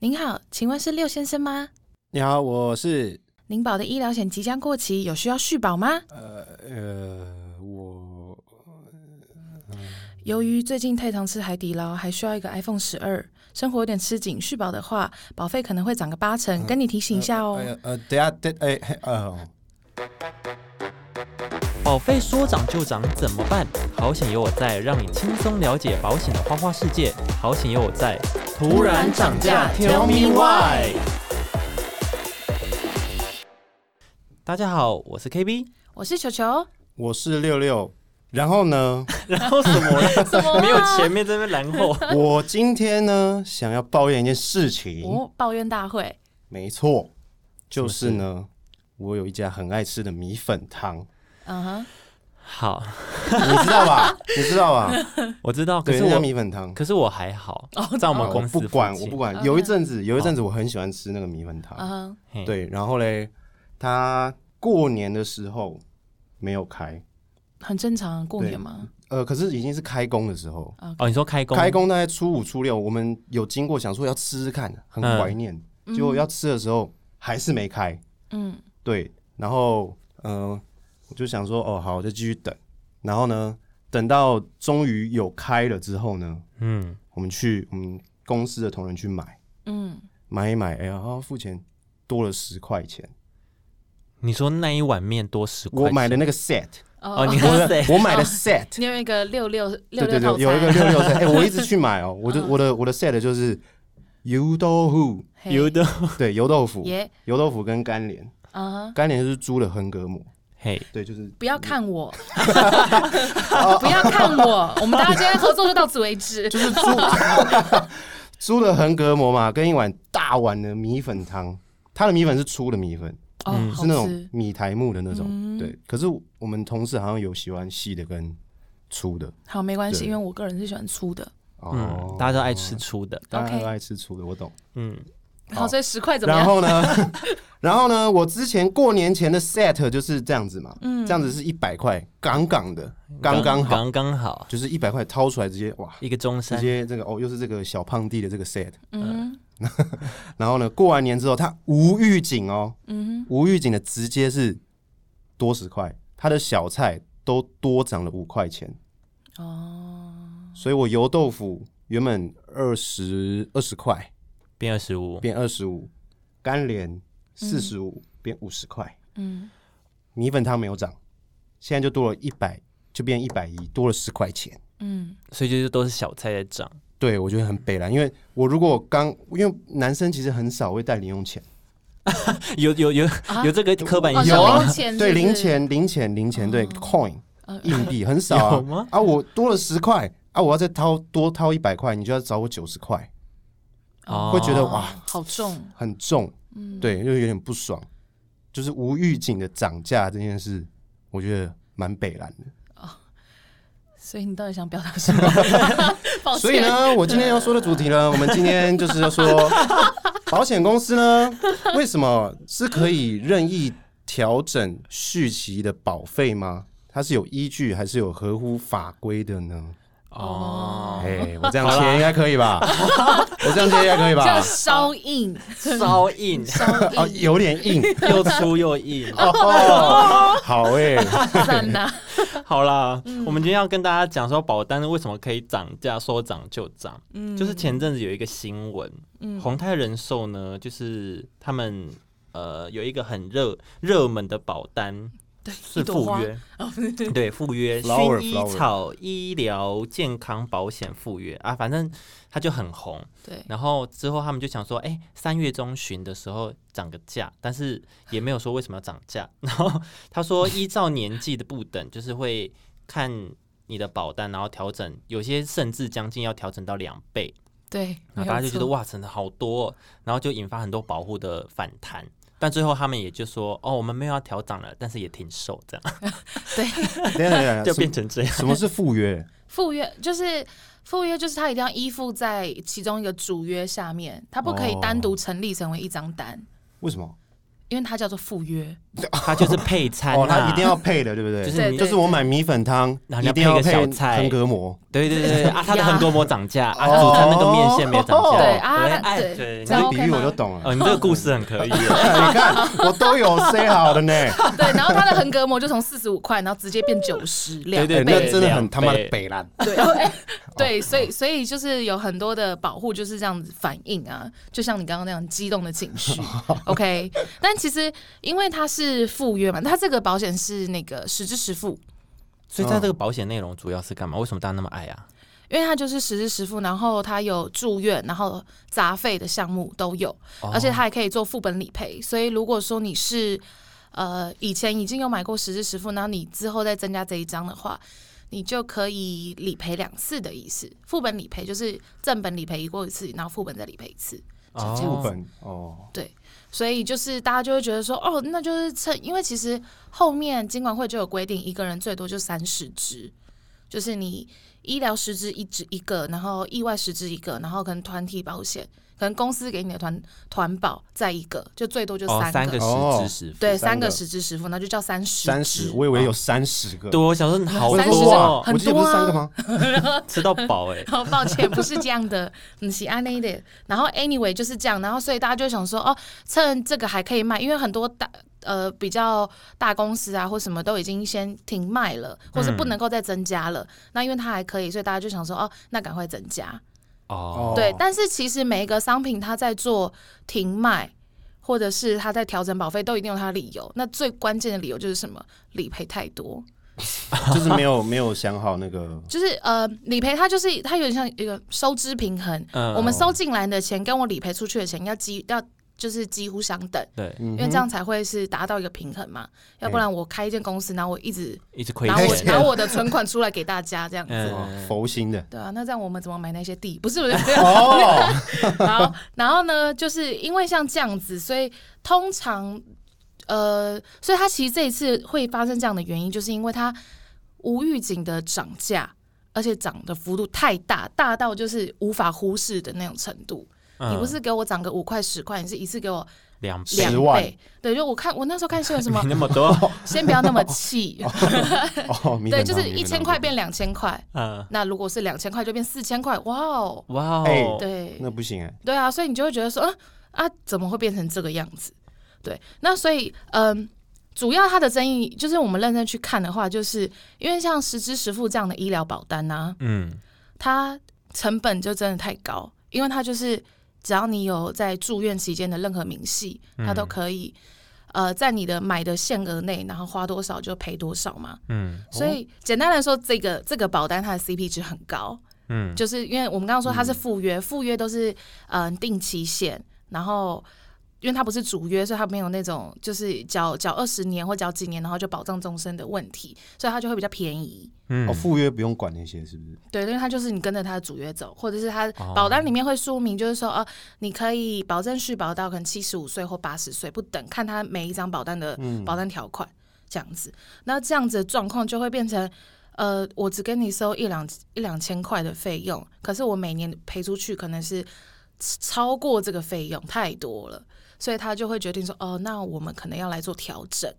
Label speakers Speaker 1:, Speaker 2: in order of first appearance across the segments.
Speaker 1: 您好，请问是六先生吗？
Speaker 2: 你好，我是
Speaker 1: 您保的医疗险即将过期，有需要续保吗？
Speaker 2: 呃呃，我
Speaker 1: 由于最近太常吃海底捞，还需要一个 iPhone 十二，生活有点吃紧，续保的话，保费可能会涨个八
Speaker 2: 嗯
Speaker 1: 成，跟你提醒一下哦。
Speaker 2: 呃呃，等一下等哎嘿呃，
Speaker 3: 保费说涨就涨怎么办？好险有我在，让你轻松了解保险的花花世界。好险有我在，突然涨价，Tell me why。大家好，我是 KB。
Speaker 1: 我是球球，
Speaker 2: 我是六六。然后呢，
Speaker 3: 然后什么了？
Speaker 1: 怎么
Speaker 3: 没有前面这边然后，
Speaker 2: 我今天呢想要抱怨一件事情，
Speaker 1: 哦，抱怨大会，
Speaker 2: 没错，就是呢，我有一家很爱吃的米粉汤，
Speaker 1: 嗯哼，
Speaker 3: 好，
Speaker 2: 你知道吧？ 你知道吧？
Speaker 3: 我知道，可
Speaker 2: 对，
Speaker 3: 是
Speaker 2: 那家
Speaker 3: 我
Speaker 2: 米粉汤，
Speaker 3: 可是我还好，在我们
Speaker 2: 我
Speaker 3: 公司
Speaker 2: 不
Speaker 3: 附
Speaker 2: 管，
Speaker 3: 近哦
Speaker 2: 我不管。
Speaker 1: OK
Speaker 2: 有一阵子，有一阵子我很喜欢吃那个米粉汤
Speaker 1: 嗯，哼，
Speaker 3: 嘿
Speaker 2: 对，然后嘞，他过年的时候没有开，
Speaker 1: 很正常，过年嘛，
Speaker 2: 呃，可是已经是开工的时候，
Speaker 3: 哦，你说开工
Speaker 2: 开工大概初五、初六，我们有经过，想说要吃吃看，很
Speaker 3: 嗯
Speaker 2: 怀念。结果要吃的时候还是没开，
Speaker 1: 嗯，
Speaker 2: 对。然后，呃，我就想说，哦，好，我就继续等。然后呢，等到终于有开了之后呢，
Speaker 3: 嗯，
Speaker 2: 我们去我们公司的同仁去买，
Speaker 1: 嗯，
Speaker 2: 买一买，哎呀，好付钱多了十块钱。
Speaker 3: 你说那一碗面多十块钱，
Speaker 2: 我买的那个 set，
Speaker 3: 哦，
Speaker 1: 哦，
Speaker 3: 你
Speaker 2: 我
Speaker 3: 说
Speaker 2: 的
Speaker 3: 谁？
Speaker 2: 我买的 set，
Speaker 1: 你有一个六六六六
Speaker 2: 对对对
Speaker 1: 套，餐，嗯
Speaker 2: 有一个六六 set，哎，我一直去买哦，我就我的我的 set 就是油豆腐，
Speaker 1: 嘿
Speaker 3: 有的，
Speaker 2: 对，油豆腐，
Speaker 1: 耶，
Speaker 2: 油豆腐跟干莲，
Speaker 1: 嗯哼，
Speaker 2: 干莲就是猪的横膈膜，
Speaker 3: 嘿，
Speaker 2: 对，就是
Speaker 1: 不要看 我，不要看我，我们大家今天合作就到此为止。
Speaker 2: 就是 猪猪的横膈膜嘛，跟一碗大碗的米粉汤，它的米粉是粗的米粉，
Speaker 1: 哦，好
Speaker 2: 嗯是那种
Speaker 1: 吃，嗯
Speaker 2: 米苔木的那种，对。可是我们同事好像有喜欢细的跟粗的
Speaker 1: 好，没关系，
Speaker 2: 对
Speaker 1: 因为我个人是喜欢粗的。
Speaker 2: 哦
Speaker 3: 嗯，，大家都爱吃粗的，
Speaker 2: 大家
Speaker 1: OK
Speaker 2: 都爱吃粗的，我懂。
Speaker 3: 嗯，
Speaker 1: 好，所以十块怎么
Speaker 2: 然
Speaker 1: 样？
Speaker 2: 后呢， 然后呢，我之前过年前的 set 就是这样子嘛，
Speaker 1: 嗯
Speaker 2: 这样子是一百块，杠杠的，刚刚好，
Speaker 3: 刚刚好，
Speaker 2: 就是一百块掏出来直接哇。
Speaker 3: 一个中
Speaker 2: 直
Speaker 3: 山，
Speaker 2: 接这个哦，又是这个小胖弟的这个 set，
Speaker 1: 嗯
Speaker 2: 然后呢，过完年之后他无预警哦，
Speaker 1: 嗯
Speaker 2: 无预警的直接是多十块，他的小菜都多涨了五块钱，
Speaker 1: 哼，哦，
Speaker 2: 所以我油豆腐原本二十二十块
Speaker 3: 变二十五，
Speaker 2: 变二十五，干莲四十五变五十块，
Speaker 1: 嗯，
Speaker 2: 米粉汤没有涨，现在就多了一百，就变一百一，多了十块钱。
Speaker 1: 嗯
Speaker 3: 所以就是都是小菜在涨。
Speaker 2: 对，我觉得很悲然，因为我如果刚，因为男生其实很少会带零用钱，
Speaker 3: 有有有、
Speaker 1: 啊
Speaker 3: 有这个刻板
Speaker 1: 哦
Speaker 3: 印
Speaker 1: 像
Speaker 3: 象
Speaker 1: 零
Speaker 3: 吗？
Speaker 1: 钱是不
Speaker 2: 对，
Speaker 1: 是
Speaker 2: 零，钱、零钱、零钱，对，coin
Speaker 1: 呃
Speaker 2: 硬币很少啊
Speaker 3: 有吗
Speaker 2: 啊，我多了十块啊，我要再掏多掏一百块，你就要找我九十块，
Speaker 3: 哦
Speaker 2: 会觉得
Speaker 1: 哦
Speaker 2: 哇
Speaker 1: 好重，
Speaker 2: 很重，
Speaker 1: 嗯
Speaker 2: 对，就有点不爽，就是无预警的涨价这件事，我觉得蛮北然的。
Speaker 1: 所以你到底想表达 什么？抱歉
Speaker 2: 所以，呢，我今天要说的主题呢， 我们今天就是要说，保险公司呢，为什么是可以任意调整续期的保费吗？它是有依据还是有合乎法规的呢？
Speaker 3: 哦，
Speaker 2: 哎、我这样切应该可 以吧？我这样切应该可以
Speaker 1: 这样
Speaker 2: 吧？
Speaker 1: 稍硬，
Speaker 3: 稍硬
Speaker 1: 稍
Speaker 2: 哦，
Speaker 1: 硬，
Speaker 2: 有点 硬
Speaker 3: 又粗又硬。
Speaker 2: 哦。好哎、
Speaker 1: 算 啦，
Speaker 3: 好啦，
Speaker 1: 嗯
Speaker 3: 我们今天要跟大家讲说保单为什么可以涨价，说涨就涨。嗯，就是前阵子有一个新闻，
Speaker 1: 嗯
Speaker 3: 宏泰人寿呢，就是他们呃有一个很热热门的保单
Speaker 1: 对，一
Speaker 3: 是
Speaker 1: 朵
Speaker 3: 赴
Speaker 1: 花，哦
Speaker 3: 约。对，赴约
Speaker 2: Flower，
Speaker 3: 薰衣
Speaker 2: flower
Speaker 3: 草医疗健康保险赴约啊，反正它就很红。
Speaker 1: 对，
Speaker 3: 然后之后他们就想说，哎、三月中旬的时候涨个价，但是也没有说为什么要涨价。 然后他说，依照年纪的不等，就是会看你的保单，然后调整，有些甚至将近要调整到两倍。
Speaker 1: 对，
Speaker 3: 然后大家就觉
Speaker 1: 没
Speaker 3: 得
Speaker 1: 有错，
Speaker 3: 哇，真的好多哦、然后就引发很多保护的反弹。但最后他们也就说，哦，我们没有要调涨了，但是也停售，这样
Speaker 2: 等一下等一下，什
Speaker 3: 就
Speaker 2: 么
Speaker 3: 变成这样。
Speaker 2: 什么是赴约？
Speaker 1: 赴约就是赴约，就是他一定要依附在其中一个主约下面，他不可以
Speaker 2: 哦
Speaker 1: 单独成立成为一张单，
Speaker 2: 为什么？
Speaker 1: 因为它叫做赴约。
Speaker 3: 它就是配 餐啊
Speaker 2: 哦，
Speaker 3: 啦
Speaker 2: 它一定要配的，对不对？
Speaker 3: 就
Speaker 2: 就是是
Speaker 1: 对
Speaker 3: 你
Speaker 1: 对
Speaker 2: 我买米粉汤
Speaker 3: 然后，你要
Speaker 2: 一定要
Speaker 3: 配一个
Speaker 2: 配
Speaker 3: 小菜
Speaker 2: 横膈膜，
Speaker 3: 对对对对啊，它的
Speaker 1: 呀
Speaker 3: 横膈膜涨价，啊，
Speaker 2: 哦
Speaker 3: 主餐那个面线没有涨价，
Speaker 1: 对啊那
Speaker 3: 哎
Speaker 1: 对
Speaker 3: 对
Speaker 1: 这
Speaker 2: 这
Speaker 1: 样
Speaker 2: 个比喻
Speaker 1: OK 吗
Speaker 2: 我就懂了。
Speaker 3: 哦，你这个故事很可以耶，
Speaker 2: 你看，我都有 say 好的呢，
Speaker 1: 对，然后它的横膈膜就从四十五块，然后直接变九十两
Speaker 3: 对
Speaker 2: 哎
Speaker 1: 倍，
Speaker 2: 那真的很
Speaker 3: 两
Speaker 2: 他妈的
Speaker 3: 倍
Speaker 2: 北烂。
Speaker 1: 对，哎对，所以所以就是有很多的保护就是这样子反应啊，就像你刚刚那样激动的情绪，OK。但其实因为它是赴约嘛，它这个保险是那个实支实付，
Speaker 3: 所以它
Speaker 2: 嗯
Speaker 3: 这个保险内容主要是干嘛？为什么大家那么爱啊？
Speaker 1: 因为它就是实支实付，然后它有住院，然后杂费的项目都有，
Speaker 3: 哦
Speaker 1: 而且它还可以做副本理赔。所以如果说你是呃以前已经有买过实支实付，然后你之后再增加这一张的话，你就可以理赔两次的意思。副本理赔就是正本理赔过一次，然后副本再理赔一次。
Speaker 3: 哦
Speaker 2: 副本哦，
Speaker 1: 所以就是大家就会觉得说，哦，那就是趁，因为其实后面金管会就有规定，一个人最多就三十只，就是你医疗十只一只一个，然后意外十只一个，然后可能团体保险，可能公司给你的团团保再一个，就最多就
Speaker 3: 哦
Speaker 1: 三
Speaker 3: 三个
Speaker 1: 个，
Speaker 3: 十支十
Speaker 1: 对，
Speaker 2: 三
Speaker 1: 三个
Speaker 2: 个
Speaker 1: 十只十付，那就叫三十
Speaker 2: 三十，我以为有三十个。
Speaker 3: 对，我想说你好
Speaker 2: 我
Speaker 1: 三
Speaker 2: 想
Speaker 1: 十
Speaker 2: 说
Speaker 3: 多
Speaker 2: 哇，
Speaker 3: 哦，
Speaker 1: 很
Speaker 2: 我记得不
Speaker 1: 多
Speaker 2: 是
Speaker 1: 啊
Speaker 2: 三个吗？
Speaker 3: 吃到饱 哎，
Speaker 1: 好抱歉，不是这样的， 嗯，是安内的。然后 anyway 就是这样，然后所以大家就想说，哦，趁这个还可以卖，因为很多大呃比较大公司啊或什么都已经先停卖了，或是不能够再增加了。那因为它还可以，所以大家就想说，哦，那赶快增加。
Speaker 3: 哦，
Speaker 1: 对，但是其实每一个商品它在做停卖。或者是它在调整保费，都一定有它的理由。那最关键的理由就是什么？理赔太多。
Speaker 2: 就是没有没有想好那个
Speaker 1: 就是呃，理赔它就是它有点像一个收支平衡，
Speaker 3: 嗯
Speaker 1: 我们收进来的钱跟我理赔出去的钱要几要就是几乎相等，
Speaker 3: 对，
Speaker 1: 因为这样才会是达到一个平衡嘛。要不然我开一间公司，然后我一直
Speaker 3: 一直亏
Speaker 1: 拿我
Speaker 3: 哎钱，嗯
Speaker 1: 拿我的存款出来给大家这样子。
Speaker 2: 哦佛心 的
Speaker 1: 对啊，那这样我们怎么买那些地？不是不是，
Speaker 2: 哦，
Speaker 1: 然后然后呢，就是因为像这样子，所以通常呃，所以它其实这一次会发生这样的原因，就是因为它无预警的涨价，而且涨的幅度太大，大到就是无法忽视的那种程度。你不
Speaker 3: 嗯
Speaker 1: 是给我涨个五块十块，你是一次给我
Speaker 3: 两
Speaker 2: 十
Speaker 1: 两
Speaker 2: 万
Speaker 1: 倍，对，就我看我那时候看新闻什么
Speaker 3: 没，那 么多，
Speaker 1: 先不要那么 气，
Speaker 2: 哦，米粉
Speaker 1: 对，
Speaker 2: 汤
Speaker 1: 就是一千块。变两千块，
Speaker 3: 嗯，
Speaker 1: 那如果是两千块就变四千块，哇哦，
Speaker 3: 哇
Speaker 2: 哎
Speaker 3: 哦，
Speaker 1: 对
Speaker 2: 米粉汤，那不行哎，
Speaker 1: 对啊，所以你就会觉得说，啊啊，怎么会变成这个样子？对，那所以，嗯，主要它的争议就是我们认真去看的话，就是因为像实支实付这样的医疗保单啊，
Speaker 3: 嗯，
Speaker 1: 它成本就真的太高，因为它就是只要你有在住院期间的任何明细，它都可以。呃，在你的买的限额内，然后花多少就赔多少嘛。
Speaker 3: 嗯
Speaker 1: 所以简单来说，这个这个保单它的 CP 值很高。
Speaker 3: 嗯，
Speaker 1: 就是因为我们刚刚说它是赴约，赴约都是嗯、呃定期限，然后因为它不是主约，所以它没有那种就是缴缴二十年或缴几年，然后就保障终身的问题，所以它就会比较便宜。
Speaker 3: 嗯
Speaker 2: 哦，赴约不用管那些是不是？
Speaker 1: 对，因为它就是你跟着它的主约走，或者是它
Speaker 3: 哦
Speaker 1: 保单里面会说明，就是说，呃，你可以保证续保到可能七十五岁或八十岁不等，看它每一张保单的保单条款、这样子。那这样子的状况就会变成，呃，我只跟你收一两一两千块的费用，可是我每年赔出去可能是超过这个费用太多了，所以他就会决定说，哦，那我们可能要来做调整。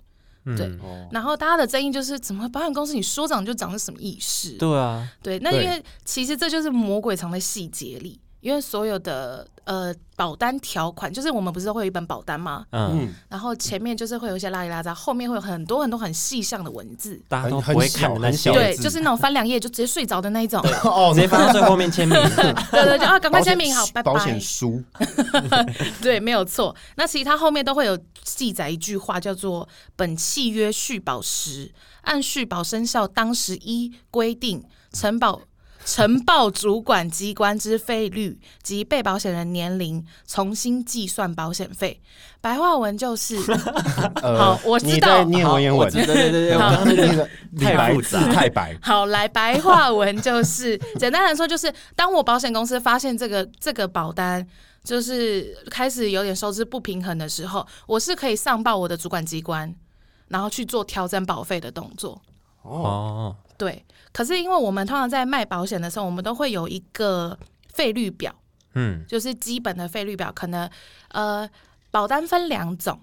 Speaker 1: 对
Speaker 3: 嗯
Speaker 2: 哦，
Speaker 1: 然后大家的争议就是，怎么保险公司你说涨就涨是什么意思？
Speaker 3: 对啊，
Speaker 1: 对，那
Speaker 2: 对
Speaker 1: 因为其实这就是魔鬼藏在细节里，因为所有的呃保单条款，就是我们不是都会有一本保单吗？
Speaker 3: 嗯，
Speaker 2: 嗯，
Speaker 1: 然后前面就是会有一些拉里拉杂，后面会有很多很多很细项的文字，
Speaker 3: 大家都
Speaker 2: 很
Speaker 3: 不会
Speaker 2: 很
Speaker 3: 看的
Speaker 2: 小
Speaker 3: 那
Speaker 2: 很
Speaker 3: 些
Speaker 2: 小，
Speaker 1: 对，
Speaker 2: 字
Speaker 1: 就是那种翻两页就直接睡着的那一种，
Speaker 2: 哦
Speaker 3: 直，接放到最后面 签名，
Speaker 1: 对对，就啊赶
Speaker 2: 保
Speaker 1: 快
Speaker 2: 险
Speaker 1: 签名好，拜拜
Speaker 2: 保。险书
Speaker 1: 对，没有错。那其实它后面都会有记载一句话，叫做“本契约续保时，按续保生效当时依规定承保承报主管机关之费率及被保险人年龄重新计算保险费”。白话文就是，
Speaker 2: 呃
Speaker 1: 好我知
Speaker 2: 你
Speaker 1: 道
Speaker 2: 在念文言
Speaker 3: 好我
Speaker 2: 文，
Speaker 3: 知对对对对，我
Speaker 1: 好
Speaker 3: 刚刚
Speaker 2: 那个
Speaker 3: 太
Speaker 2: 太
Speaker 3: 复
Speaker 2: 白
Speaker 3: 杂
Speaker 2: 字太白，
Speaker 1: 好来白话文就是，简单来说就是，当我保险公司发现这个这个保单。就是开始有点收支不平衡的时候，我是可以上报我的主管机关，然后去做调整保费的动作。
Speaker 2: 哦，
Speaker 3: 哦，
Speaker 1: 对，可是因为我们通常在卖保险的时候，我们都会有一个费率表，
Speaker 3: 嗯
Speaker 1: 就是基本的费率表，可能呃保单分两种，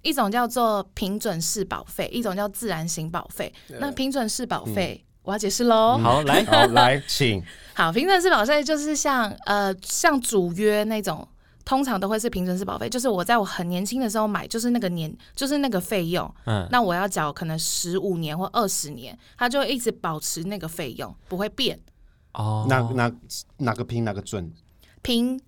Speaker 1: 一种叫做平准式保费，一种叫自然型保费。那平准式保费，我要解释喽。
Speaker 3: 好，来，
Speaker 2: 好，来，请
Speaker 1: 好，平准式保费就是像呃像主约那种，通常都会是平准式保费，就是我在我很年轻的时候买，就是那个年就是那个费用，
Speaker 3: 嗯，
Speaker 1: 那我要缴可能十五年或二十年，它就会一直保持那个费用不会变。
Speaker 3: 哦，
Speaker 2: 哪哪哪个平哪个准
Speaker 1: 平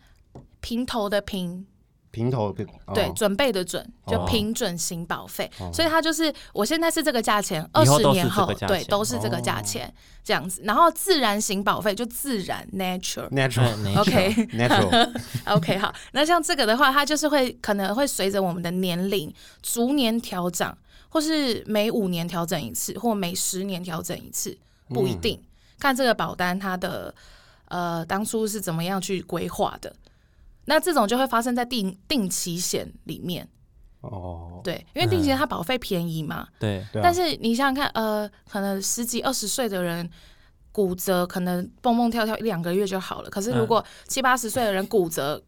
Speaker 1: 平头的平，
Speaker 2: 平头平
Speaker 1: 对，
Speaker 2: 哦
Speaker 1: 准备的准，就
Speaker 3: 哦
Speaker 1: 平准型保费，所以它就是我现在是这个价钱，二
Speaker 3: 以后
Speaker 1: 十
Speaker 3: 都是
Speaker 1: 年
Speaker 3: 这
Speaker 1: 后
Speaker 3: 个价
Speaker 1: 对
Speaker 3: 钱
Speaker 1: 都是这个价钱这样子。然后自然型保费就自然 natural。
Speaker 2: natural
Speaker 3: 嗯
Speaker 1: OK
Speaker 2: natural
Speaker 1: OK 好，那像这个的话，它就是会可能会随着我们的年龄逐年调整，或是每五年调整一次，或每十年调整一次，不一定、看这个保单它的呃当初是怎么样去规划的。那这种就会发生在定定期险里面，
Speaker 2: 哦，
Speaker 1: 对，因为定期险它保费便宜嘛，
Speaker 3: 对，
Speaker 2: 对啊
Speaker 1: 但是你想想看，呃，可能十几二十岁的人骨折，可能蹦蹦跳跳一两个月就好了。可
Speaker 2: 嗯
Speaker 1: 是如果七八十岁的人骨折，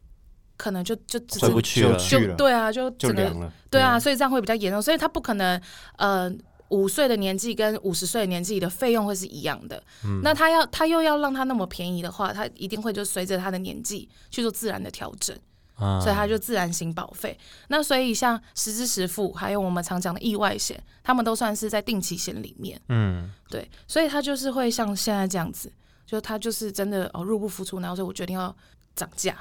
Speaker 1: 可能就就只
Speaker 3: 回不
Speaker 1: 就
Speaker 3: 去了
Speaker 2: 就去了，
Speaker 1: 对啊，就
Speaker 2: 就
Speaker 1: 整
Speaker 2: 凉
Speaker 1: 个
Speaker 2: 了，
Speaker 1: 对啊，所以这样会比较严重，所以他不可能呃。五岁的年纪跟五十岁的年纪的费用会是一样的，
Speaker 2: 嗯
Speaker 1: 那他要他又要让他那么便宜的话，他一定会就随着他的年纪去做自然的调整。
Speaker 3: 嗯，
Speaker 1: 所以它就自然型保费。那所以像实支实付，还有我们常讲的意外险，他们都算是在定期险里面。
Speaker 3: 嗯，
Speaker 1: 对，所以它就是会像现在这样子，就它就是真的哦入不敷出，然后所以我决定要涨价，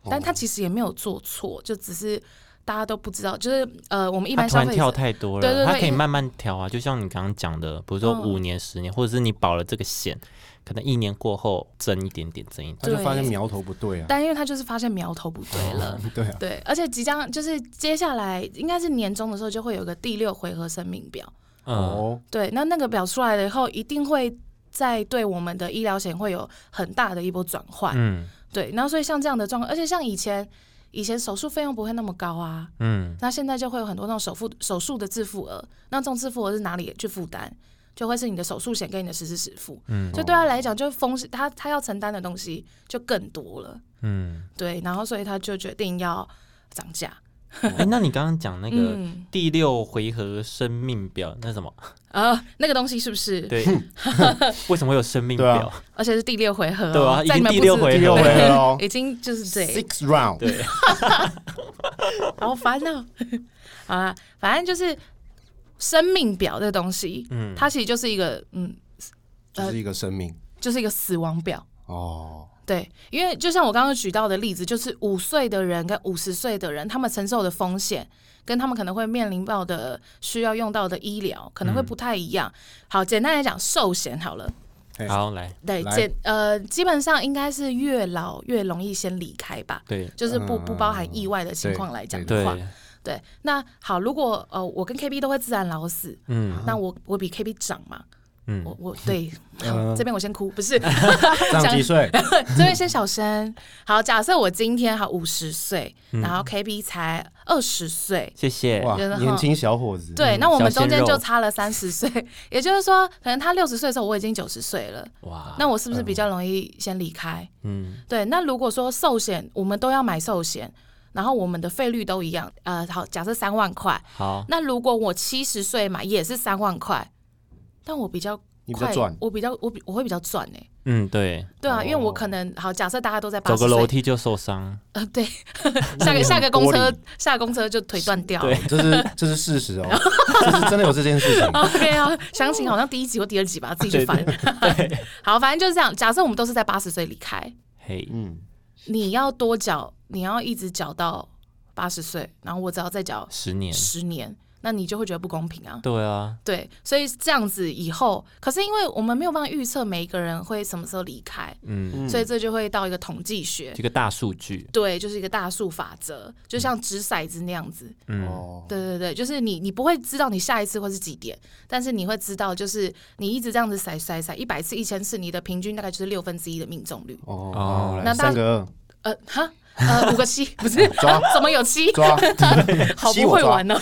Speaker 3: 哦
Speaker 2: 哦
Speaker 1: 但它其实也没有做错，就只是大家都不知道，就是呃我们一
Speaker 3: 它
Speaker 1: 般
Speaker 3: 突
Speaker 1: 消
Speaker 3: 然
Speaker 1: 费
Speaker 3: 跳
Speaker 1: 者
Speaker 3: 太多
Speaker 1: 对对
Speaker 3: 了，
Speaker 1: 对
Speaker 3: 它可以
Speaker 1: 因为
Speaker 3: 慢慢调啊，就像你刚刚讲的，比如说
Speaker 1: 嗯
Speaker 3: 五年、十年，或者是你保了这个险，可能一年过后增一点点，增一点，
Speaker 2: 他就发现
Speaker 1: 对
Speaker 2: 苗头不对啊，
Speaker 1: 但因为他就是发现苗头不对了，
Speaker 3: 哦
Speaker 2: 对啊，
Speaker 1: 对，而且即将就是接下来应该是年终的时候就会有个第六回合声明表。
Speaker 3: 嗯，
Speaker 2: 哦，
Speaker 1: 对，那那个表出来了以后，一定会在对我们的医疗险会有很大的一波转换。
Speaker 3: 嗯
Speaker 1: 对，然后所以像这样的状况，而且像以前以前手术费用不会那么高啊，
Speaker 3: 嗯，
Speaker 1: 那现在就会有很多那种手付手术的自付额，那这种自付额是哪里去负担？就会是你的手术险跟你的实时实付，
Speaker 3: 嗯
Speaker 1: 所以对他来讲，就风险他他要承担的东西就更多了，
Speaker 3: 嗯，
Speaker 1: 对，然后所以他就决定要涨价，
Speaker 3: 哎，那你刚刚讲那个
Speaker 1: 嗯，
Speaker 3: 第六回合生命表，那什么？
Speaker 1: 呃，那个东西是不是？
Speaker 3: 对， 为什么会有生命
Speaker 2: 对啊
Speaker 3: 表？
Speaker 1: 而且是第六回合哦、
Speaker 3: 对啊，已
Speaker 1: 在你
Speaker 3: 经
Speaker 1: 们
Speaker 3: 第
Speaker 1: 不
Speaker 3: 六
Speaker 1: 知
Speaker 3: 回
Speaker 2: 第六
Speaker 3: 合
Speaker 2: 回
Speaker 3: 了，
Speaker 2: 合 哦
Speaker 1: 已经就是这样。
Speaker 2: ，six
Speaker 1: 呃
Speaker 2: round，
Speaker 3: 对，
Speaker 1: 好烦恼。 好啦，反正就是生命表这东西，
Speaker 3: 嗯，
Speaker 1: 它其实就是一个嗯，
Speaker 2: 就是一个生命
Speaker 1: 就是一个死亡表。
Speaker 2: 哦，
Speaker 1: 对，因为就像我刚刚举到的例子，就是五岁的人跟五十岁的人，他们承受的风险跟他们可能会面临到的需要用到的医疗，可能会不太一样。好，简单来讲，寿险好了，
Speaker 2: 哎
Speaker 3: 好来，
Speaker 1: 对，
Speaker 2: 来
Speaker 1: 简呃，基本上应该是越老越容易先离开吧，
Speaker 3: 对
Speaker 1: 就是不不包含意外的情
Speaker 2: 对
Speaker 1: 况来讲的
Speaker 3: 嗯对
Speaker 1: 话，，对，那好，如果呃，我跟 KB 都会自然老死，
Speaker 3: 嗯
Speaker 1: 那我我比 KB 长嘛，我
Speaker 3: 嗯，呃
Speaker 1: 我 对，
Speaker 2: 嗯
Speaker 1: 这边我先哭，不是
Speaker 2: 长几岁？
Speaker 1: 这边先小声。好，假设我今天好五十岁，
Speaker 3: 嗯
Speaker 1: 然后 KB 才二十岁，
Speaker 3: 谢谢，
Speaker 2: 哇
Speaker 1: 觉得，哈
Speaker 2: 年轻小伙子，
Speaker 1: 对，那我们
Speaker 3: 嗯小
Speaker 1: 中
Speaker 3: 鲜
Speaker 1: 间就
Speaker 3: 肉
Speaker 1: 差了三十岁，也就是说，可能他六十岁的时候我已经九十岁了，
Speaker 3: 哇，
Speaker 1: 那我是不是比较容易先离开？
Speaker 3: 嗯
Speaker 1: 对，那如果说寿险，我们都要买寿险，然后我们的费率都一样，呃，好，假设三万块，
Speaker 3: 好，
Speaker 1: 那如果我七十岁买也是三万块，但我比较快，
Speaker 2: 你比较赚
Speaker 1: 我比较我比我会比较赚哎、
Speaker 3: 嗯对，
Speaker 1: 对啊，
Speaker 2: 哦
Speaker 1: 因为我可能好，假设大家都在八
Speaker 3: 走
Speaker 1: 十
Speaker 3: 个楼
Speaker 1: 岁，
Speaker 3: 梯就受伤，
Speaker 1: 呃，对，下个下个公
Speaker 2: 那你
Speaker 1: 车
Speaker 2: 很玻
Speaker 1: 下个公车就腿断掉了。。
Speaker 3: 对
Speaker 2: 这是这是事实哦，这是真的有这件事情
Speaker 1: OK 啊，详情好像第一集或第二集吧，自己去翻。 好，反正就是这样。假设我们都是在八十岁离开，
Speaker 3: 嘿，
Speaker 2: 嗯，
Speaker 1: 你要多缴，你要一直缴到八十岁，然后我只要再缴
Speaker 3: 十年，
Speaker 1: 十年，那你就会觉得不公平啊。
Speaker 3: 对啊，
Speaker 1: 对，所以这样子以后，可是因为我们没有办法预测每一个人会什么时候离开，
Speaker 3: 嗯，
Speaker 1: 所以这就会到一个统计学，
Speaker 3: 这个大数据，
Speaker 1: 对，就是一个大数法则，就像掷骰子那样子。
Speaker 3: 嗯
Speaker 2: 哦，
Speaker 1: 对对对，就是你你不会知道你下一次会是几点，但是你会知道，就是你一直这样子骰骰骰一百次、一千次，你的平均大概就是六分之一的命中率。
Speaker 2: 哦，
Speaker 3: 哦
Speaker 2: 哦，
Speaker 1: 那
Speaker 2: 来
Speaker 1: 大
Speaker 2: 三个
Speaker 1: 呃哈。呃，五个七不是，
Speaker 2: 哎抓
Speaker 1: 怎么有七
Speaker 2: 二？抓，
Speaker 1: 好
Speaker 2: 七
Speaker 1: 不
Speaker 2: 我
Speaker 1: 会
Speaker 2: 抓
Speaker 1: 玩哦。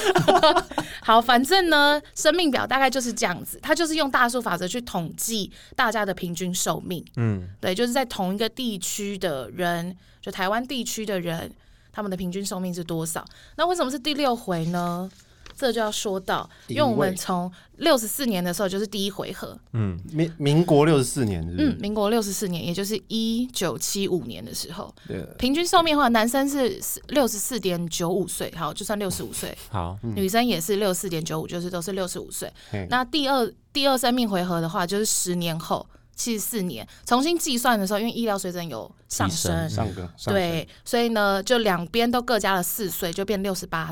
Speaker 1: 好，反正呢，生命表大概就是这样子，它就是用大数法则去统计大家的平均寿命。
Speaker 3: 嗯
Speaker 1: 对，就是在同一个地区的人，就台湾地区的人，他们的平均寿命是多少。那为什么是第六回呢？这就要说到，因为
Speaker 2: 因
Speaker 1: 我们
Speaker 2: 为
Speaker 1: 从六十四年的时候就是第一回合，
Speaker 3: 嗯，
Speaker 2: 民民国六十四年是不
Speaker 1: 嗯，
Speaker 2: 是？
Speaker 1: 民国六十四年，也就是一九七五年的时候，
Speaker 2: 对，
Speaker 1: 平均寿命的话，男生是六十四点九五岁，好，就算六十五岁，
Speaker 3: 好，
Speaker 2: 嗯
Speaker 1: 女生也是六四点九五，就是都是六十五岁
Speaker 2: 嘿。
Speaker 1: 那第二第二生命回合的话，就是十年后七十四年重新计算的时候，因为医疗水准有上升
Speaker 3: 提，
Speaker 2: 上个上个
Speaker 1: 对，所以呢，就两边都各加了四岁，就变六十八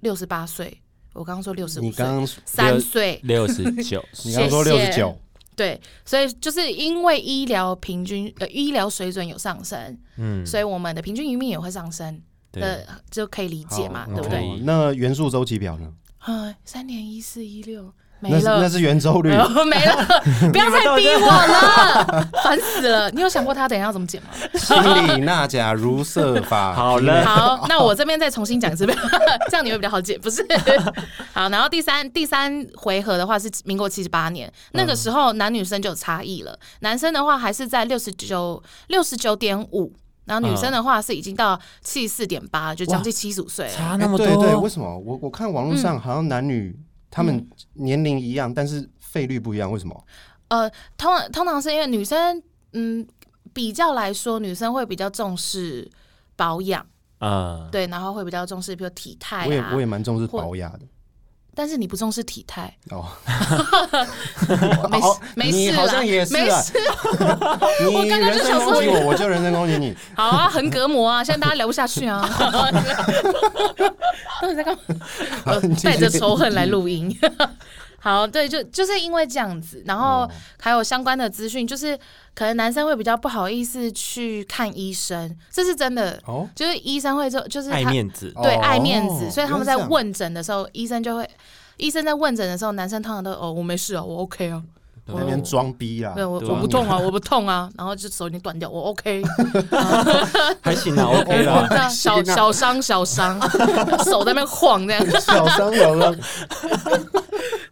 Speaker 1: 六十八岁。我刚刚说六十五
Speaker 2: 你
Speaker 1: 岁
Speaker 2: 刚，刚
Speaker 1: 三岁。
Speaker 3: 六十 九，
Speaker 2: 你刚刚说
Speaker 1: 谢
Speaker 2: 六
Speaker 1: 谢
Speaker 2: 十九，
Speaker 1: 对，所以就是因为医疗平均呃医疗水准有上升，
Speaker 3: 嗯，
Speaker 1: 所以我们的平均余命也会上升，
Speaker 3: 对，
Speaker 1: 呃，就可以理解嘛，
Speaker 2: 好
Speaker 1: 对不
Speaker 3: 可
Speaker 1: 对？
Speaker 3: 以
Speaker 2: 哦那元素周期表呢？
Speaker 1: 啊，三年一四一六没
Speaker 2: 那是
Speaker 1: 了，
Speaker 2: 那是圆周率，
Speaker 1: 呃没了，不要再逼我了，烦死了！你有想过他等一下要怎么剪吗？
Speaker 2: 心里那甲如瑟法。
Speaker 3: 好了
Speaker 1: 好，那我这边再重新讲一次， 这样你会比较好解，不是？好，然后第三第三回合的话是民国七十八年，那个时候男女生就有差异了，男生的话还是在六十九六十九点五。然后女生的话是已经到七十四点八，就将近七十五岁了。
Speaker 3: 差
Speaker 2: 哎
Speaker 3: 那么多，
Speaker 2: 对对，为什么？我我看网络上好像男女他们年龄一样，但是费率不一样，为什么？
Speaker 1: 呃，通通常是因为女生，嗯，比较来说，女生会比较重视保养。
Speaker 3: 嗯，
Speaker 1: 对，然后会比较重视，比如体态
Speaker 2: 我也
Speaker 1: 啊
Speaker 2: 我。也蛮重视
Speaker 1: 或
Speaker 2: 保养的
Speaker 1: 但是你不重视体 态，
Speaker 2: 哦。
Speaker 1: 没
Speaker 2: 好
Speaker 1: 事没
Speaker 2: 你
Speaker 1: 事
Speaker 2: 好
Speaker 1: 啦，
Speaker 2: 像也是
Speaker 1: 没
Speaker 2: 啊
Speaker 1: 事。
Speaker 2: 你
Speaker 1: 刚刚
Speaker 2: 人
Speaker 1: 就
Speaker 2: 身
Speaker 1: 想
Speaker 2: 攻
Speaker 1: 说
Speaker 2: 击我，我就人身攻击你。
Speaker 1: 好啊，横膈膜 啊，现在大家聊不下去啊。到底在干嘛？呃
Speaker 2: 你继续嗯
Speaker 1: 带着仇恨来录音。 好，对，就就是因为这样子，然后
Speaker 2: 哦
Speaker 1: 还有相关的资讯，就是可能男生会比较不好意思去看医生，这是真的，
Speaker 2: 哦，
Speaker 1: 就是医生会就就是
Speaker 3: 爱
Speaker 1: 他
Speaker 3: 面子，
Speaker 1: 对，
Speaker 2: 哦
Speaker 1: 爱面子，所以他们在
Speaker 2: 原来是这样
Speaker 1: 问诊的时候，医生就会，医生在问诊的时候，男生通常都哦，我没事啊，我 OK 啊，
Speaker 3: 对
Speaker 2: 那边装逼啦
Speaker 1: 对，我
Speaker 3: 对啊
Speaker 1: 我不痛 啊，我不痛啊，然后就手已经断掉，我 OK，哦
Speaker 3: 还行啊，OK 啦，
Speaker 1: 那 小
Speaker 2: 行啊
Speaker 1: 小伤小伤，手在那边晃这样，
Speaker 2: 小伤小伤，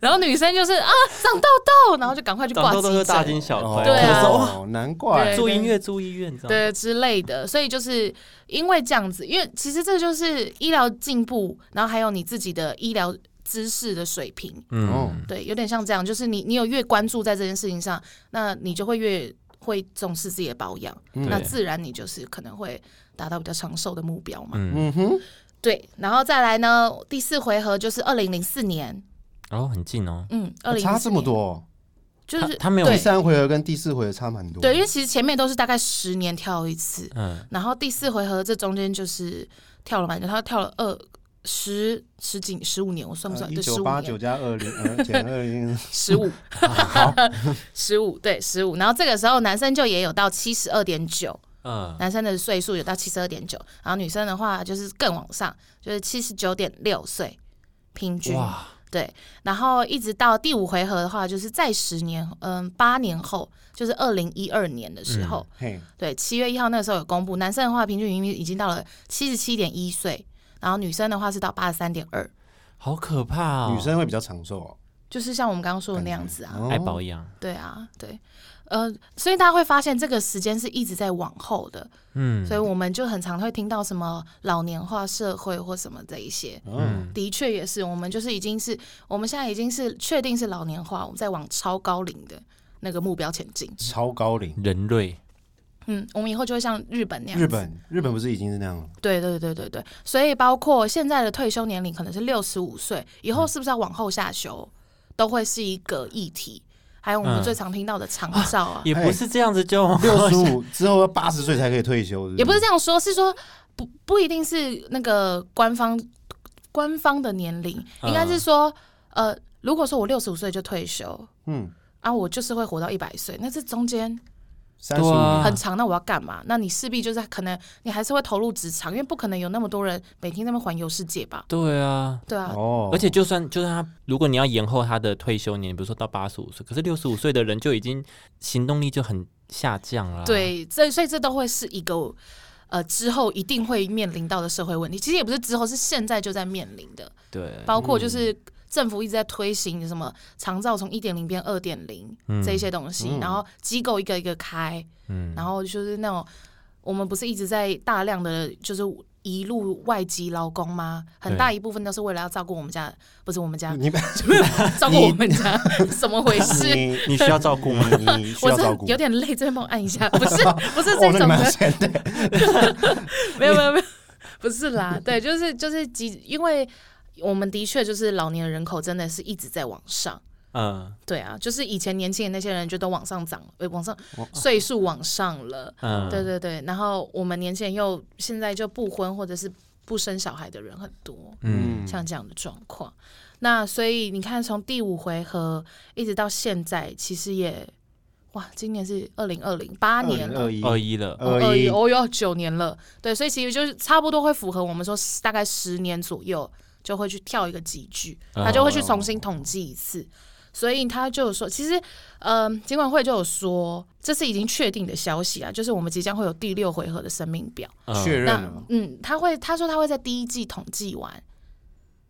Speaker 1: 然后女生就是啊长痘痘，然后就赶快去挂
Speaker 3: 长痘
Speaker 1: 急
Speaker 3: 都是大惊
Speaker 1: 诊，
Speaker 3: 小怪，
Speaker 1: 对啊
Speaker 3: 我说
Speaker 2: 哦，难怪
Speaker 1: 对
Speaker 3: 哇，住医院住医院，你知道吗？
Speaker 1: 对之类的，所以就是因为这样子，因为其实这就是医疗进步，然后还有你自己的医疗知识的水平，
Speaker 2: 哦
Speaker 3: 嗯，
Speaker 1: 对，有点像这样，就是你你有越关注在这件事情上，那你就会越会重视自己的保养，
Speaker 2: 嗯
Speaker 1: 那自然你就是可能会达到比较长寿的目标嘛。
Speaker 3: 嗯，
Speaker 2: 嗯哼，
Speaker 1: 对，然后再来呢，第四回合就是二零零四年，
Speaker 3: 然后很近哦，
Speaker 1: 嗯，二零
Speaker 2: 差这么，多，
Speaker 1: 就
Speaker 3: 他
Speaker 1: 是
Speaker 3: 他没有
Speaker 2: 第
Speaker 1: 对
Speaker 2: 三回合跟第四回合差蛮多。
Speaker 1: 对，因为其实前面都是大概十年跳一次，
Speaker 3: 嗯，
Speaker 1: 然后第四回合这中间就是跳了蛮久，他跳了二。十十几十五年，我算不算？
Speaker 2: 呃一
Speaker 1: 对，十
Speaker 2: 九
Speaker 1: 五
Speaker 2: 八
Speaker 1: 年。
Speaker 2: 九加二零呃减二零，
Speaker 1: 十五，十五对十五。然后这个时候男生就也有到七十二点九，
Speaker 3: 嗯，
Speaker 1: 男生的岁数有到七十二点九，然后女生的话就是更往上，就是七十九点六岁平均。
Speaker 3: 哇，
Speaker 1: 对，然后一直到第五回合的话，就是在十年，嗯，八年后，就是二零一二年的时候，
Speaker 2: 嘿，
Speaker 1: 对，七月一号那时候有公布，男生的话平均年龄已经到了七十七点一岁，然后女生的话是到八十三点二，
Speaker 3: 好可怕哦，
Speaker 2: 女生会比较长寿哦
Speaker 1: 就是像我们刚刚说的那样子啊。
Speaker 2: 哦，
Speaker 3: 爱保养，
Speaker 1: 对啊，对，呃，所以大家会发现这个时间是一直在往后的，
Speaker 3: 嗯，
Speaker 1: 所以我们就很常会听到什么老年化社会或什么这一些。
Speaker 2: 嗯，
Speaker 1: 的确也是，我们就是已经是，我们现在已经是确定是老年化，我们在往超高龄的那个目标前进。
Speaker 2: 超高龄。
Speaker 3: 人类，
Speaker 1: 嗯，我们以后就会像日本那样。
Speaker 2: 日，本日本不是已经是那 样了？
Speaker 1: 对对对对对，所以包括现在的退休年龄可能是六十五岁，以后是不是要往后下修，都会是一个议题。还有我们
Speaker 3: 嗯
Speaker 1: 最常听到的长照
Speaker 2: 哎
Speaker 1: 啊，
Speaker 3: 也不是这样子就
Speaker 2: 六十五之后要八十岁才可以退休，
Speaker 1: 也不是这样说，是说不不一定是那个官方官方的年龄，
Speaker 3: 嗯
Speaker 1: 应该是说，呃，如果说我六十五岁就退休，
Speaker 2: 嗯，
Speaker 1: 啊，我就是会活到一百岁，那这中间
Speaker 2: 三十五
Speaker 3: 对啊
Speaker 1: 很长，那我要干嘛？那你势必就是可能你还是会投入职场，因为不可能有那么多人每天在那边环游世界吧？
Speaker 3: 对啊。
Speaker 1: 对啊，
Speaker 2: 哦，
Speaker 3: 而且就算就算他，如果你要延后他的退休年，比如说到八十五岁，可是六十五岁的人就已经行动力就很下降了。，
Speaker 1: 对，这所以这都会是一个。呃，之后一定会面临到的社会问题，其实也不是之后，是现在就在面临的。
Speaker 3: 对，
Speaker 1: 包
Speaker 2: 嗯
Speaker 1: 括就是政府一直在推行什么长照从一点零变二点零
Speaker 3: 嗯
Speaker 1: 这一些东西，
Speaker 2: 嗯
Speaker 1: 然后机构一个一个开，
Speaker 3: 嗯，
Speaker 1: 然后就是那种我们不是一直在大量的就是一路外籍劳工吗？很大一部分都是为了要照顾我们 家，不是我们家，
Speaker 2: 你们
Speaker 1: 照顾我们家， 怎么回事？
Speaker 2: 你
Speaker 3: 你需要照顾吗？
Speaker 2: 你你需
Speaker 1: 我
Speaker 2: 要
Speaker 1: 真
Speaker 2: 照
Speaker 1: 的
Speaker 2: 顾，
Speaker 1: 有点累，这边帮我按一下，不 是不是这
Speaker 2: 哦，那你
Speaker 1: 种
Speaker 2: 蛮
Speaker 1: 的，
Speaker 2: 闲的，
Speaker 1: 没有没有没有，不是啦，对，就是就是几，因为我们的确就是老年人口真的是一直在往上。
Speaker 3: 嗯
Speaker 1: 对啊，就是以前年轻的那些人就都往上涨，呃，往上
Speaker 2: 往
Speaker 1: 岁数往上了，
Speaker 3: 嗯，
Speaker 1: 对对对。然后我们年轻人又现在就不婚或者是不生小孩的人很多，
Speaker 3: 嗯，
Speaker 1: 像这样的状况。那所以你看，从第五回合一直到现在，其实也哇，今年是二零二零八年了
Speaker 2: 二。一
Speaker 3: 二一了，
Speaker 1: 哦
Speaker 2: 二一，
Speaker 1: 哦哟，九年了，对，所以其实就是差不多会符合我们说大概十年左右就会去跳一个集聚，他就会
Speaker 2: 哦
Speaker 1: 去重新统计一次。所以他就有说，其实，嗯、呃，尽管会就有说，这是已经确定的消息啊，就是我们即将会有第六回合的生命表。
Speaker 3: 嗯
Speaker 2: 确认
Speaker 1: 那
Speaker 2: 了。
Speaker 1: 嗯，他会他说他会在第一季统计完，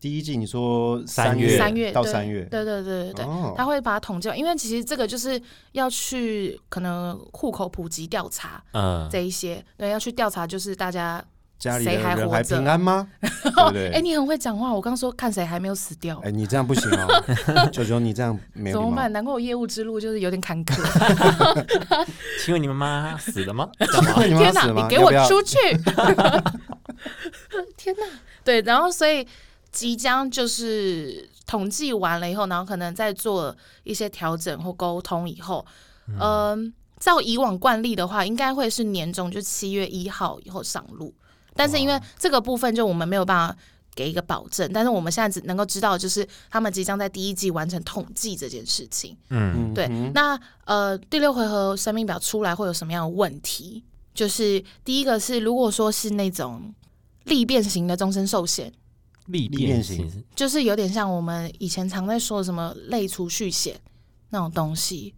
Speaker 2: 第一季你说
Speaker 3: 三
Speaker 2: 月
Speaker 3: 月
Speaker 1: 三月
Speaker 2: 到
Speaker 1: 对
Speaker 2: 三月，
Speaker 1: 对对对对对，
Speaker 2: 哦
Speaker 1: 他会把它统计完，因为其实这个就是要去可能户口普及调查
Speaker 3: 嗯，
Speaker 1: 这一些，对，要去调查就是大家，
Speaker 2: 家里的
Speaker 1: 谁还
Speaker 2: 人
Speaker 1: 活
Speaker 2: 还
Speaker 1: 着
Speaker 2: 平 安吗？对不对？
Speaker 1: 哎、你很会讲话，我刚说看谁还没有死掉。
Speaker 2: 哎，你这样不行 哦，九九，你这样没有
Speaker 1: 怎
Speaker 2: 礼
Speaker 1: 么
Speaker 2: 貌
Speaker 1: 办？。难怪我业务之路就是有点坎坷。
Speaker 3: 请问你们妈死了吗？
Speaker 2: 你们要
Speaker 1: 天
Speaker 2: 死吗？
Speaker 1: 你给
Speaker 2: 要
Speaker 1: 我
Speaker 2: 不要
Speaker 1: 出去！ 天哪，对，然后所以即将就是统计完了以后，然后可能再做一些调整或沟通以后，嗯、照以往惯例的话，应该会是年终就七月一号以后上路，但是因为这个部分就我们没有办法。给一个保证，但是我们现在只能够知道，就是他们即将在第一季完成统计这件事情。
Speaker 3: 嗯
Speaker 2: 嗯
Speaker 1: 对，那呃，第六回合生命表出来会有什么样的问题？就是第一个是，如果说是那种利变型的终身寿险，
Speaker 3: 历
Speaker 2: 历
Speaker 3: 变
Speaker 2: 变型
Speaker 3: 型
Speaker 1: 就是有点像我们以前常在说的什么类储蓄险那种东西，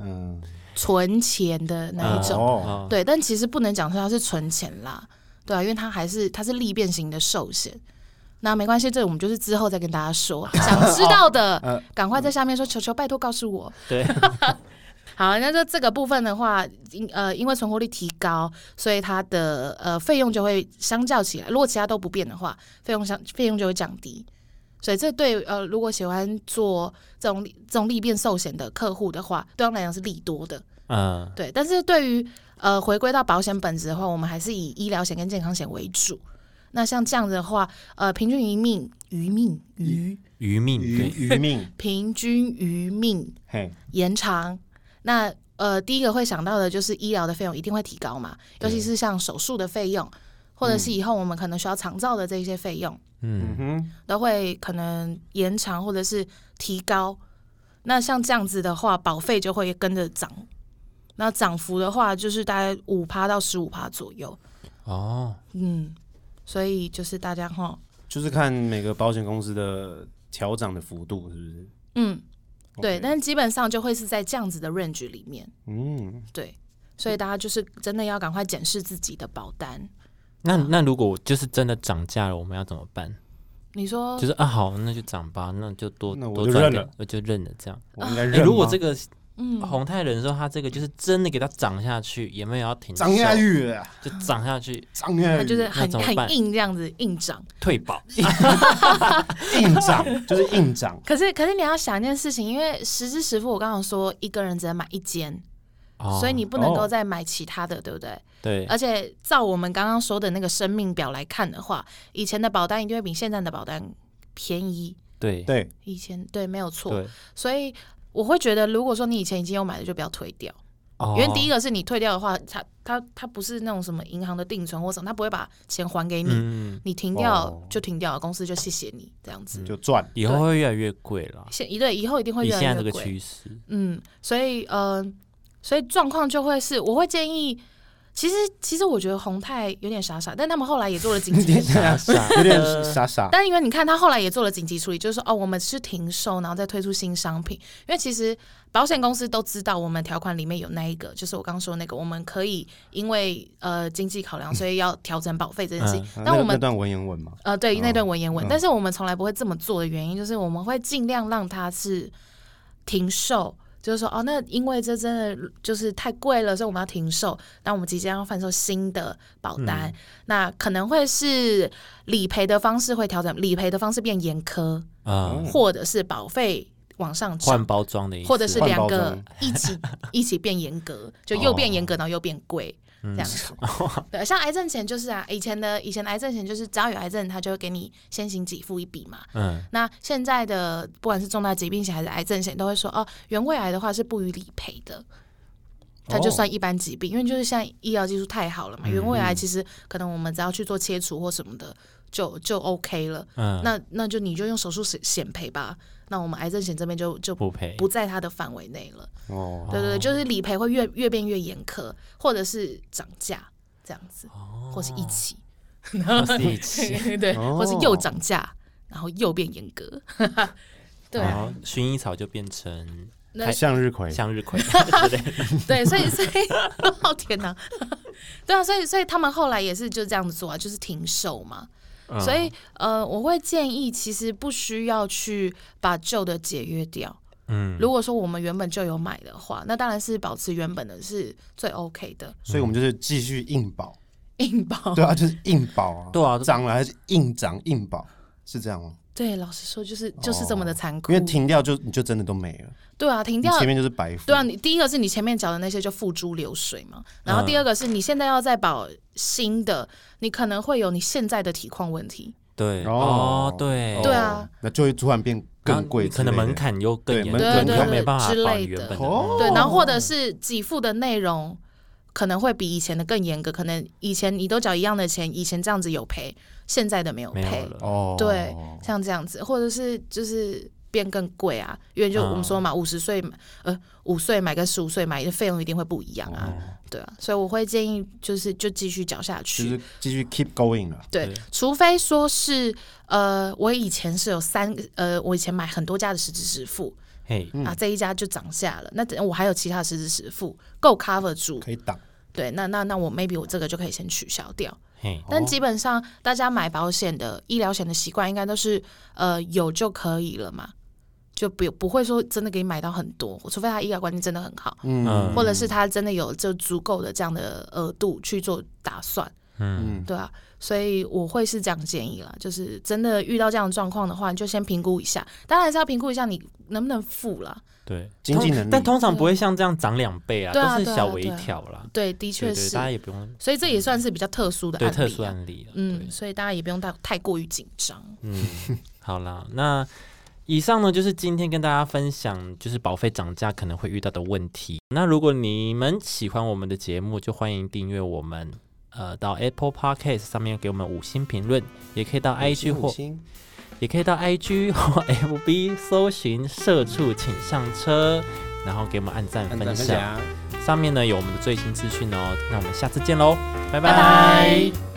Speaker 2: 嗯，
Speaker 1: 存钱的那一种。
Speaker 2: 哦，
Speaker 3: 哦，
Speaker 1: 对，但其实不能讲说它是存钱啦，对啊，因为它还是它是利变型的寿险。那没关系，这我们就是之后再跟大家说。想知道的，赶快在下面说，球球拜托告诉我。
Speaker 3: 对，
Speaker 1: 好，那这这个部分的话，因呃，因为存活率提高，所以它的呃费用就会相较起来，如果其他都不变的话，费用相费用就会降低。所以这对呃，如果喜欢做这种这种利变寿险的客户的话，对他们来讲是利多的。
Speaker 3: 嗯
Speaker 1: 对，但是对于呃回归到保险本质的话，我们还是以医疗险跟健康险为主。那像这样的话，呃，平均余命余命余
Speaker 3: 余命
Speaker 2: 余
Speaker 3: 对，
Speaker 2: 余 命，
Speaker 1: 平均余命
Speaker 2: 嘿，
Speaker 1: 延长。那呃，第一个会想到的就是医疗的费用一定会提高嘛，尤其是像手术的费用，或者是以后我们可能需要长照的这些费用，
Speaker 2: 嗯
Speaker 3: 嗯
Speaker 2: 哼，
Speaker 1: 都会可能延长或者是提高。那像这样子的话，保费就会跟着涨。那涨幅的话，就是大概五趴到十五趴左右。
Speaker 3: 哦，
Speaker 1: 嗯，所以就是大家哈，
Speaker 2: 就是看每个保险公司的调整的幅度是不是？
Speaker 1: 嗯，对，
Speaker 2: OK
Speaker 1: 但基本上就会是在这样子的 range 里面。
Speaker 2: 嗯，
Speaker 1: 对，所以大家就是真的要赶快检视自己的保单。
Speaker 3: 那那如果我就是真的涨价了，我们要怎么办？
Speaker 1: 你说
Speaker 3: 就是啊，好，那就涨吧，那就多
Speaker 2: 那我
Speaker 3: 多
Speaker 2: 就
Speaker 3: 赚
Speaker 2: 认
Speaker 3: 点
Speaker 2: 了，
Speaker 3: 我就认了这样。
Speaker 2: 我应该
Speaker 3: 哎
Speaker 2: 认吗。
Speaker 3: 如果这个
Speaker 1: 嗯，
Speaker 3: 红泰人寿，他这个就是真的给它涨下去，也没有要停，
Speaker 2: 张亚，玉啊，
Speaker 3: 就涨下去
Speaker 2: 张亚
Speaker 1: 它
Speaker 2: 玉
Speaker 1: 就是很
Speaker 3: 那怎么办
Speaker 1: 很硬这样子硬涨。
Speaker 3: 退保。
Speaker 2: 硬涨，就是硬涨。
Speaker 1: 可是可是你要想一件事情，因为实支实付，我刚刚说一个人只能买一间，
Speaker 3: 哦
Speaker 1: 所以你不呃能够
Speaker 2: 哦
Speaker 1: 再买其他的，对不对？
Speaker 3: 对
Speaker 1: 而且照我们刚刚说的那个生命表来看的话，以前的保单一定会比现在的保单便宜。
Speaker 3: 对
Speaker 2: 对，
Speaker 1: 以前对，没有错。
Speaker 3: 对，
Speaker 1: 所以我会觉得，如果说你以前已经有买的，就不要退掉。因为第一
Speaker 3: 一
Speaker 1: 个是你退掉的话，它它它不是那种什么银行的定存或什么，它不会把钱还给你。
Speaker 3: 嗯，
Speaker 1: 你停掉
Speaker 2: 哦
Speaker 1: 就停掉了，公司就谢谢你这样子。
Speaker 2: 就赚。
Speaker 3: 以后会越来越贵了，
Speaker 1: 现一对以后一定会
Speaker 3: 嗯以
Speaker 1: 越
Speaker 3: 现在
Speaker 1: 来
Speaker 3: 这
Speaker 1: 越
Speaker 3: 个
Speaker 1: 贵。
Speaker 3: 趋势，
Speaker 1: 嗯，所以呃，所以状况就会是，我会建议，其实其实我觉得宏泰有点傻傻，但他们后来也做了紧急。
Speaker 2: 傻傻，有点傻傻。
Speaker 1: 但因为你看，他后来也做了紧急处理，就是说，哦，我们是停售，然后再推出新商品。因为其实保险公司都知道，我们条款里面有那一个，就是我刚说那个，我们可以因为呃经济考量，所以要调整保费这件事情。
Speaker 2: 啊
Speaker 1: 但
Speaker 2: 那
Speaker 1: 我们
Speaker 2: 那段文言文嘛，
Speaker 1: 呃，对
Speaker 2: 哦
Speaker 1: 那段文言文，
Speaker 2: 嗯
Speaker 1: 但是我们从来不会这么做的原因，就是我们会尽量让它是停售就是说哦，那因为这真的就是太贵了，所以我们要停售。那我们即将要贩售新的保单，
Speaker 2: 嗯
Speaker 1: 那可能会是理赔的方式会调整，理赔的方式变严苛，
Speaker 3: 啊，
Speaker 2: 嗯
Speaker 1: 或者是保费往上涨
Speaker 3: 换。包装的意思，
Speaker 1: 或者 是
Speaker 2: 换
Speaker 1: 两
Speaker 2: 包
Speaker 1: 个
Speaker 2: 装哦
Speaker 1: 一 起一起变严格，就又变严格，然后又变贵。这样子，
Speaker 2: 嗯
Speaker 1: 对，像癌症险就是啊，以前的以前的癌症险就是只要有癌症，他就会给你先行给付一笔嘛。
Speaker 3: 嗯
Speaker 1: 那现在的不管是重大疾病险还是癌症险，都会说哦，原位癌的话是不予理赔的，它
Speaker 3: 哦
Speaker 1: 就算一般疾病，因为就是现在医疗技术太好了
Speaker 3: 嗯
Speaker 1: 嘛，原位癌其实可能我们只要去做切除或什么的，就就 OK 了。
Speaker 3: 嗯，
Speaker 1: 那那就你就用手术险险赔吧，那我们癌症险这边就就
Speaker 3: 不赔
Speaker 1: 不在它的范围内了。
Speaker 2: 哦，
Speaker 1: 对对对，就是理赔会越越变越严苛，或者是涨价这样子，或是一起，
Speaker 3: 不是哦一起。 哦
Speaker 1: 对，或是又涨价，然后又变严格。 对
Speaker 3: 然
Speaker 1: 啊
Speaker 3: 后哦薰衣草就变成
Speaker 1: 那
Speaker 2: 向日
Speaker 1: 嗯
Speaker 2: 葵，
Speaker 3: 向日葵之类 的，
Speaker 1: 对，所以所以， 哦天哪，对啊，所以所以他们后来也是就这样子做啊，就是停售嘛。
Speaker 3: 嗯
Speaker 1: 所以呃，我会建议其实不需要去把旧的解约掉。
Speaker 3: 嗯，
Speaker 1: 如果说我们原本就有买的话，那当然是保持原本的是最 OK 的。
Speaker 2: 所以我们就是继续硬保，
Speaker 1: 硬保
Speaker 2: 对啊，就是硬保啊，
Speaker 3: 对啊
Speaker 2: 涨了还是硬涨硬保，是这样吗？
Speaker 3: 哦
Speaker 1: 对，老实说就是就是这么的残酷。
Speaker 2: 哦因为停掉就你就真的都没了，
Speaker 1: 对啊，停
Speaker 2: 你
Speaker 1: 掉
Speaker 2: 前面就是白付，
Speaker 1: 对啊，你第一个是你前面缴的那些就付诸流水嘛，然
Speaker 2: 嗯
Speaker 1: 后第二个是你现在要再保新的，你可能会有你现在的体况问题。
Speaker 3: 对
Speaker 2: 哦
Speaker 3: 哦对啊
Speaker 2: 哦
Speaker 1: 对啊，
Speaker 2: 那就会突然变更贵之
Speaker 3: 可
Speaker 2: 类的，
Speaker 3: 能门槛又更
Speaker 2: 对
Speaker 3: 严，
Speaker 2: 门槛
Speaker 3: 门槛
Speaker 2: 对对
Speaker 3: 没办法
Speaker 1: 之
Speaker 3: 保
Speaker 1: 类
Speaker 3: 你原
Speaker 1: 的
Speaker 3: 本的
Speaker 2: 哦
Speaker 1: 对，然后或者是给付的内容可能会比以前的更严格，可能以前你都缴一样的钱，以前这样子有赔，现在的没有
Speaker 3: 没
Speaker 1: 赔
Speaker 3: 有，了，
Speaker 2: 哦，
Speaker 1: 对，像这样子，或者是就是变更贵啊，因为就我们说嘛，五十岁呃五岁买跟十五岁买的费用一定会不一样啊，对啊，所以我会建议就是就继续缴下去，
Speaker 2: 就是继续 keep going 了，
Speaker 1: 对
Speaker 3: 对，
Speaker 1: 除非说是呃，我以前是有三呃，我以前买很多家的实质支付、
Speaker 3: 嘿，
Speaker 1: 啊，这一家就涨价了，那我还有其他实质支付够 cover 住，
Speaker 2: 可以挡，
Speaker 1: 对，那那那我 maybe 我这个就可以先取消掉。
Speaker 3: 嘿，
Speaker 1: 但基本上大家买保险的、医疗险的习惯，应该都是呃有就可以了嘛，就不不会说真的给你买到很多，除非他医疗观念真的很好，
Speaker 3: 嗯
Speaker 1: 或者是他真的有就足够的这样的额度去做打算。
Speaker 3: 嗯，
Speaker 1: 对啊，所以我会是这样建议啦，就是真的遇到这样的状况的话，你就先评估一下，当然还是要评估一下你能不能付啦。
Speaker 3: 对，
Speaker 2: 经济
Speaker 3: 通
Speaker 2: 能力
Speaker 3: 但通常不会像这样涨两倍啊，
Speaker 1: 对
Speaker 3: 都
Speaker 1: 啊
Speaker 3: 是
Speaker 1: 对啊
Speaker 3: 小微
Speaker 1: 对啊
Speaker 3: 调啦，
Speaker 1: 对，的
Speaker 3: 对
Speaker 1: 确
Speaker 3: 对，
Speaker 1: 是
Speaker 3: 大，家也不用
Speaker 1: 所以这也算是比较特殊的
Speaker 3: 对
Speaker 1: 案
Speaker 3: 特
Speaker 1: 例
Speaker 3: 殊
Speaker 1: 啊。
Speaker 3: 案例了，对
Speaker 1: 嗯，所以大家也不用太太过于紧张。
Speaker 3: 嗯，好啦，那以上呢就是今天跟大家分享，就是保费涨价可能会遇到的问题。那如果你们喜欢我们的节目，就欢迎订阅我们。呃，到 Apple Podcast 上面给我们五星评论，也可以到 IG
Speaker 2: 五
Speaker 3: 或
Speaker 2: 星
Speaker 3: 也可以到 IG 或 FB 搜寻“社畜请上车”，然后给我们按赞
Speaker 2: 按
Speaker 3: 分
Speaker 2: 赞
Speaker 3: 享。
Speaker 2: 分享。啊
Speaker 3: 上面呢有我们的最新资讯哦。那我们下次见喽，拜
Speaker 1: 拜拜